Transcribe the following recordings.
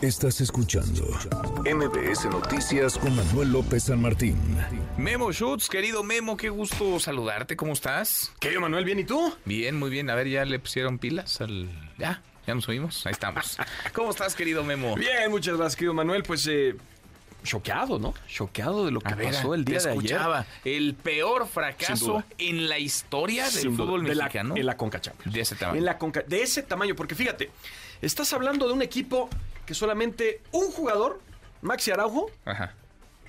Estás escuchando MBS Noticias con Manuel López San Martín. Memo Schutz, querido Memo, qué gusto saludarte, ¿cómo estás? ¿Qué, Manuel? ¿Bien y tú? Bien, muy bien. A ver, ya le pusieron pilas al. Ya, ya nos oímos. Ahí estamos. ¿Cómo estás, querido Memo? Bien, muchas gracias, querido Manuel. Pues, eh, choqueado, ¿no? Choqueado de lo que A ver, pasó el día te de escuchaba. ayer. El peor Sin fracaso duda. en la historia del Sin duda, fútbol de la- mexicano. en la Conca Champions. De ese tamaño. En la Conca- de ese tamaño, porque fíjate, estás hablando de un equipo que solamente un jugador, Maxi Araujo, Ajá.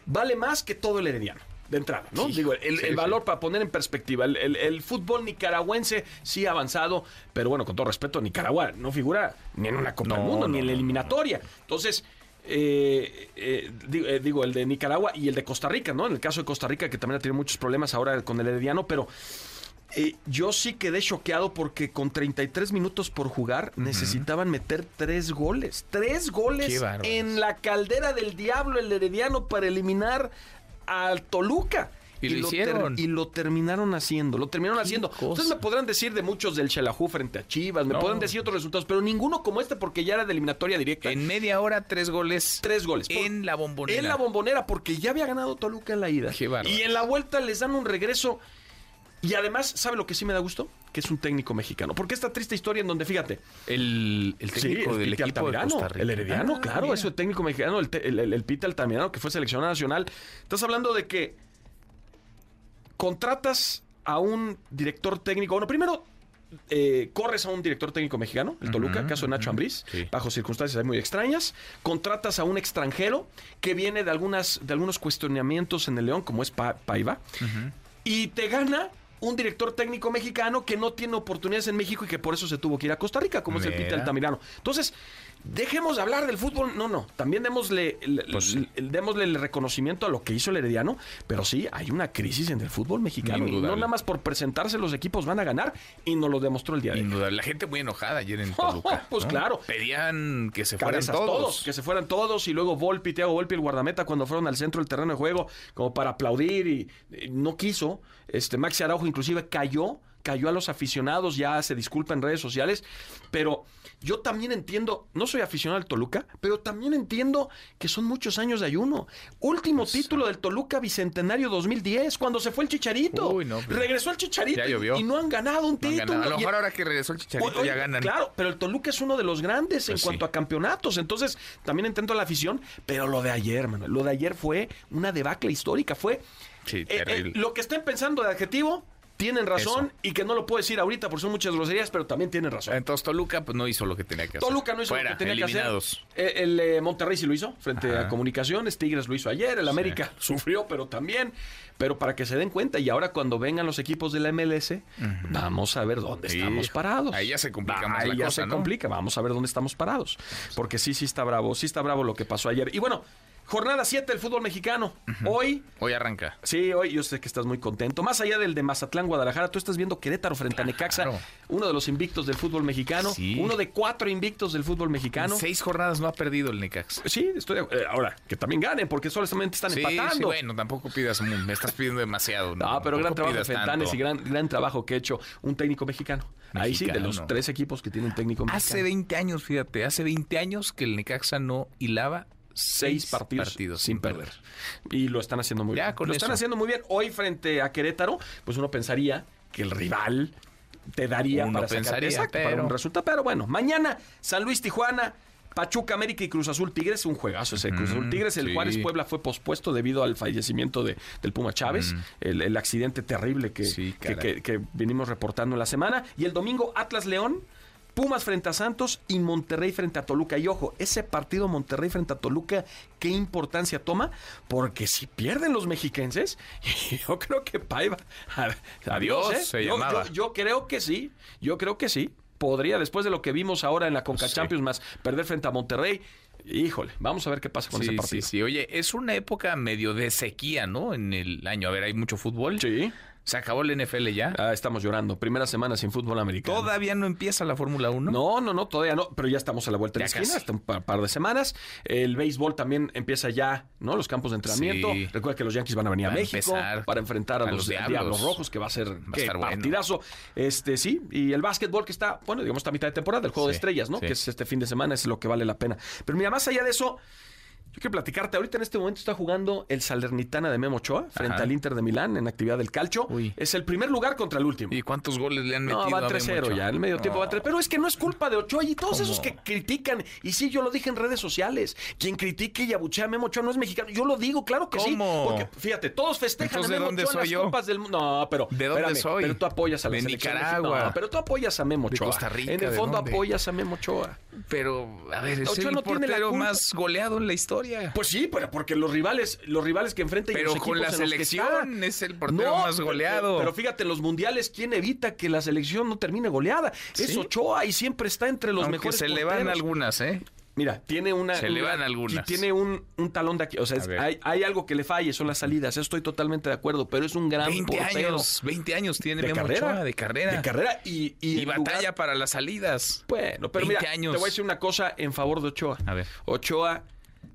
vale más que todo el herediano. De entrada, ¿no? Sí, Digo, el, sí, el sí. valor para poner en perspectiva, el, el- el fútbol nicaragüense sí ha avanzado, pero bueno, con todo respeto, Nicaragua no figura ni en una Copa No, del Mundo, no, ni en la no, eliminatoria. Entonces, eh, eh, digo, eh, digo, el de Nicaragua y el de Costa Rica, ¿no? En el caso de Costa Rica, que también ha tenido muchos problemas ahora con el herediano, pero eh, yo sí quedé choqueado porque con 33 minutos por jugar necesitaban meter tres goles. Tres Qué goles bárbaros. en la caldera del diablo el herediano para eliminar al Toluca. Y lo hicieron. y lo terminaron haciendo, lo terminaron haciendo. cosa. Ustedes me podrán decir de muchos del Chelaju frente a Chivas, me No. podrán decir otros resultados, pero ninguno como este porque ya era de eliminatoria directa. En media hora, tres goles. Tres goles. Por- En la bombonera. En la bombonera, porque ya había ganado Toluca en la ida. Qué bárbaro. y en la vuelta les dan un regreso. Y además, ¿sabe lo que sí me da gusto? Que es un técnico mexicano. Porque esta triste historia en donde, fíjate, El, el técnico Sí, el del equipo de Piti Altamirano, Costa Rica. El herediano, Ah, claro, mira. es el técnico mexicano, el, te- el, el- el Pita Altamirano, que fue seleccionado nacional. Estás hablando de que contratas a un director técnico. Bueno, primero eh, corres a un director técnico mexicano, el Toluca, Ujú, caso de Nacho ujú. Ambriz, Sí. bajo circunstancias ahí muy extrañas. Contratas a un extranjero que viene de, algunas, de algunos cuestionamientos en el León, como es Pa- Paiva Ujú. y te gana un director técnico mexicano que no tiene oportunidades en México y que por eso se tuvo que ir a Costa Rica, como es el Pita Mira. Altamirano. Entonces, dejemos de hablar del fútbol. No, no. También démosle, el- Pues sí. el- démosle el reconocimiento a lo que hizo el Herediano, pero sí hay una crisis en el fútbol mexicano. Y no Indudable. nada más por presentarse los equipos van a ganar y nos lo demostró el día de hoy. Indudable. La gente muy enojada ayer en Toluca. pues ¿no? claro. Pedían que se fueran cabezas todos. todos. que se fueran todos y luego Volpi, Thiago Volpi, el guardameta cuando fueron al centro del terreno de juego como para aplaudir y, eh, no quiso. Este Maxi Araujo inclusive cayó, cayó a los aficionados, ya se disculpa en redes sociales, pero yo también entiendo, no soy aficionado al Toluca, pero también entiendo que son muchos años de ayuno. Último título del Toluca Bicentenario 2010 cuando se fue el Chicharito. Uy, no, pues, Regresó el Chicharito ya y- llovió. y no han ganado un No han título. ganado. A lo Y- mejor ahora que regresó el chicharito Oye, ya ganan. Claro, pero el Toluca es uno de los grandes en Pues sí. cuanto a campeonatos. Entonces, también intento la afición, pero lo de ayer, Manuel, lo de ayer fue una debacle histórica. Fue Sí, eh, eh, terrible. lo que estén pensando de adjetivo, tienen razón Eso. y que no lo puedo decir ahorita porque son muchas groserías, pero también tienen razón. Entonces Toluca pues, no hizo lo que tenía que hacer. Toluca no hizo Fuera, lo que tenía eliminados. que hacer. Eh, El, eh, Monterrey sí lo hizo frente Ajá. a Comunicaciones, Tigres lo hizo ayer, el América sufrió, pero también. Pero para que se den cuenta, y ahora cuando vengan los equipos de la MLS, vamos a ver dónde Sí. estamos parados. Ah, Ahí ya se complica más Ahí la ya cosa, se ¿no? complica, vamos a ver dónde estamos parados. Porque sí, sí está bravo, sí está bravo lo que pasó ayer. Y bueno, jornada 7 del fútbol mexicano. Hoy. Hoy arranca. Sí, hoy yo sé que estás muy contento. Más allá del de Mazatlán, Guadalajara, tú estás viendo Querétaro frente a Necaxa, uno de los invictos del fútbol mexicano, Sí. uno de cuatro invictos del fútbol En mexicano. seis jornadas no ha perdido el Necax. Sí, estoy de acuerdo. Eh, Ahora, que también ganen, porque solamente están empatando. sí, bueno, tampoco pidas, mm, me estás pidiendo demasiado. No, pero gran Tampoco trabajo de pidas Fentanes tanto. y gran, gran trabajo que ha hecho un técnico mexicano. Ahí sí, de los Mexicano. tres equipos que tienen técnico mexicano. Hace 20 años, fíjate, hace 20 años que el Necaxa no hilaba seis partidos, sin perder. Y lo están haciendo muy Ya, bien. con lo están eso. haciendo muy bien. Hoy frente a Querétaro, pues uno pensaría que el rival te daría Uno para sacarte- pensaría, exacto, para pero- un resultado. Pero bueno, mañana San Luis Tijuana. Pachuca, América y Cruz Azul Tigres, un juegazo ese Cruz Azul Tigres. El Mm, sí. Juárez Puebla fue pospuesto debido al fallecimiento de, del Puma Chávez, el, el accidente terrible que, Mm. Sí, que, caray. que- que vinimos reportando en la semana. Y el domingo Atlas León, Pumas frente a Santos y Monterrey frente a Toluca. Y ojo, ese partido Monterrey frente a Toluca, ¿qué importancia toma? Porque si pierden los mexiquenses, yo creo que Paiva. a- Adiós, Adiós, ¿eh? se yo, llamaba. yo- yo creo que sí, yo creo que sí. Podría, después de lo que vimos ahora en la Conca Sí. Champions, más perder frente a Monterrey. Híjole, vamos a ver qué pasa con ese Sí, sí, partido. sí. Oye, es una época medio de sequía, ¿no? En el año. A ver, hay mucho fútbol. Sí. Se acabó el NFL ya. Ah, estamos llorando. Primera semana sin fútbol americano. Todavía no empieza la Fórmula 1. No, no, no, todavía no, pero ya estamos a la vuelta de la Ya esquina, casi. hasta un pa- par, de semanas. El béisbol también empieza ya, ¿no? Los campos de entrenamiento. Sí. Recuerda que los Yankees van a venir a, Va a México empezar. para enfrentar a, A los, los Diablos. Diablos. Rojos, que va a ser un a estar bueno. partidazo. Este, sí, y el básquetbol que está, bueno, digamos, está a mitad de temporada, el juego de Sí, estrellas, ¿no? sí. Que es este fin de semana, es lo que vale la pena. Pero mira, más allá de eso, yo quiero platicarte, ahorita en este momento está jugando el Salernitana de Memo Ochoa frente Ajá. al Inter de Milán en actividad del calcio. Uy. Es el primer lugar contra el último. ¿Y cuántos goles le han metido? No, a va Memo 3-0 Ochoa? ya. El medio tiempo No. va 3 Pero es que no es culpa de Ochoa y todos ¿Cómo? esos que critican. Y sí, yo lo dije en redes sociales. Quien critique y abuchea a Memo Ochoa no es mexicano. Yo lo digo, claro que ¿Cómo? sí. Porque fíjate, todos festejan Entonces, a ¿de Memo dónde Ochoa en soy las yo? copas del mundo. No, pero. ¿De dónde soy? Pero tú apoyas a la De selección mexicana. Nicaragua. No, pero tú apoyas a Memo De Ochoa. Costa Rica, En el ¿de fondo dónde? apoyas a Memo Ochoa. Pero, a ver, es Ochoa el no tiene la portero culpa. más goleado en la historia. Pues sí, pero porque los rivales, los rivales que enfrenta y Pero los con la equipos en los que selección está. es el portero más pero- goleado. Pero, fíjate, en los mundiales, ¿quién evita que la selección no termine goleada? Es Sí. Ochoa y siempre está entre los Aunque mejores. se le van porteros. algunas, ¿eh? Mira, tiene una. Se le una- van algunas. Tiene un, un talón de aquí. O sea, A es- ver. hay, hay algo que le falle, son las salidas. Estoy totalmente de acuerdo, pero es un gran 20 portero. años, 20 años tiene De Memo carrera. Ochoa de carrera. De carrera y, y Y, en lugar- batalla para las salidas. Bueno, pero mira, 20 años. te voy a decir una cosa en favor de Ochoa. A ver. Ochoa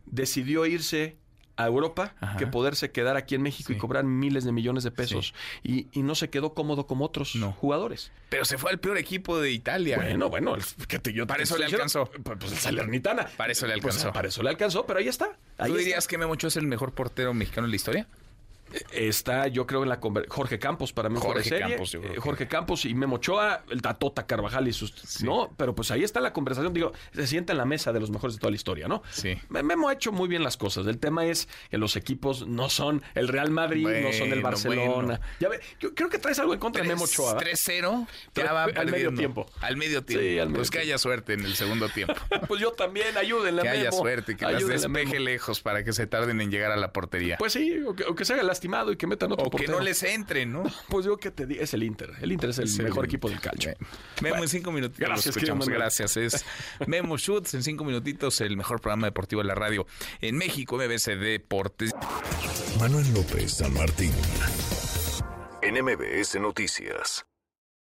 decidió irse a Europa Ajá. que poderse quedar aquí en México y Sí. cobrar miles de millones de pesos. Y, y no se quedó cómodo como otros No. jugadores. Pero se fue al peor equipo de Italia. Bueno, bueno, el- fíjate, yo Para te eso le estoy diciendo, alcanzó. Pues, pues, el Salernitana. Para eso le Pues, alcanzó. para eso le alcanzó, pero ahí está. Ahí ¿Tú está. dirías que Memo Ochoa es el mejor portero mexicano en la historia? Está, yo creo, en la conver- Jorge Campos para mí fue Jorge de serie. Campos, yo creo Eh, que- Jorge Campos y Memo Ochoa, el Tatota Carvajal y sus. No, pero pues ahí está la conversación. Digo, se sienta en la mesa de los mejores de toda la historia, ¿no? Sí. Me- Memo ha hecho muy bien las cosas. El tema es que los equipos no son el Real Madrid, no son el Bueno, Barcelona. bueno. Ya ve, yo creo que traes algo en contra de Memo Ochoa. ¿eh? 3-0, Pero ya va al medio perdiendo. tiempo. Al medio tiempo. Sí, al medio pues que tiempo. haya suerte en el segundo tiempo. Pues yo también, ayúdenle a que haya Memo. suerte, que las Ayúdenle a Memo. despeje lejos para que se tarden en llegar a la portería. Pues sí, o que, o que se haga lastimado y que metan otro o que portero. no les entre, ¿no? Pues yo que te diga, es el Inter. El Inter es el Es el mejor Inter. equipo del calcio. Memo en cinco minutitos. Gracias, lo escuchamos. querido Manuel. Gracias. Es Memo Schutz en cinco minutitos, el mejor programa deportivo de la radio en México, MBC Deportes. Manuel López San Martín. En MBS Noticias.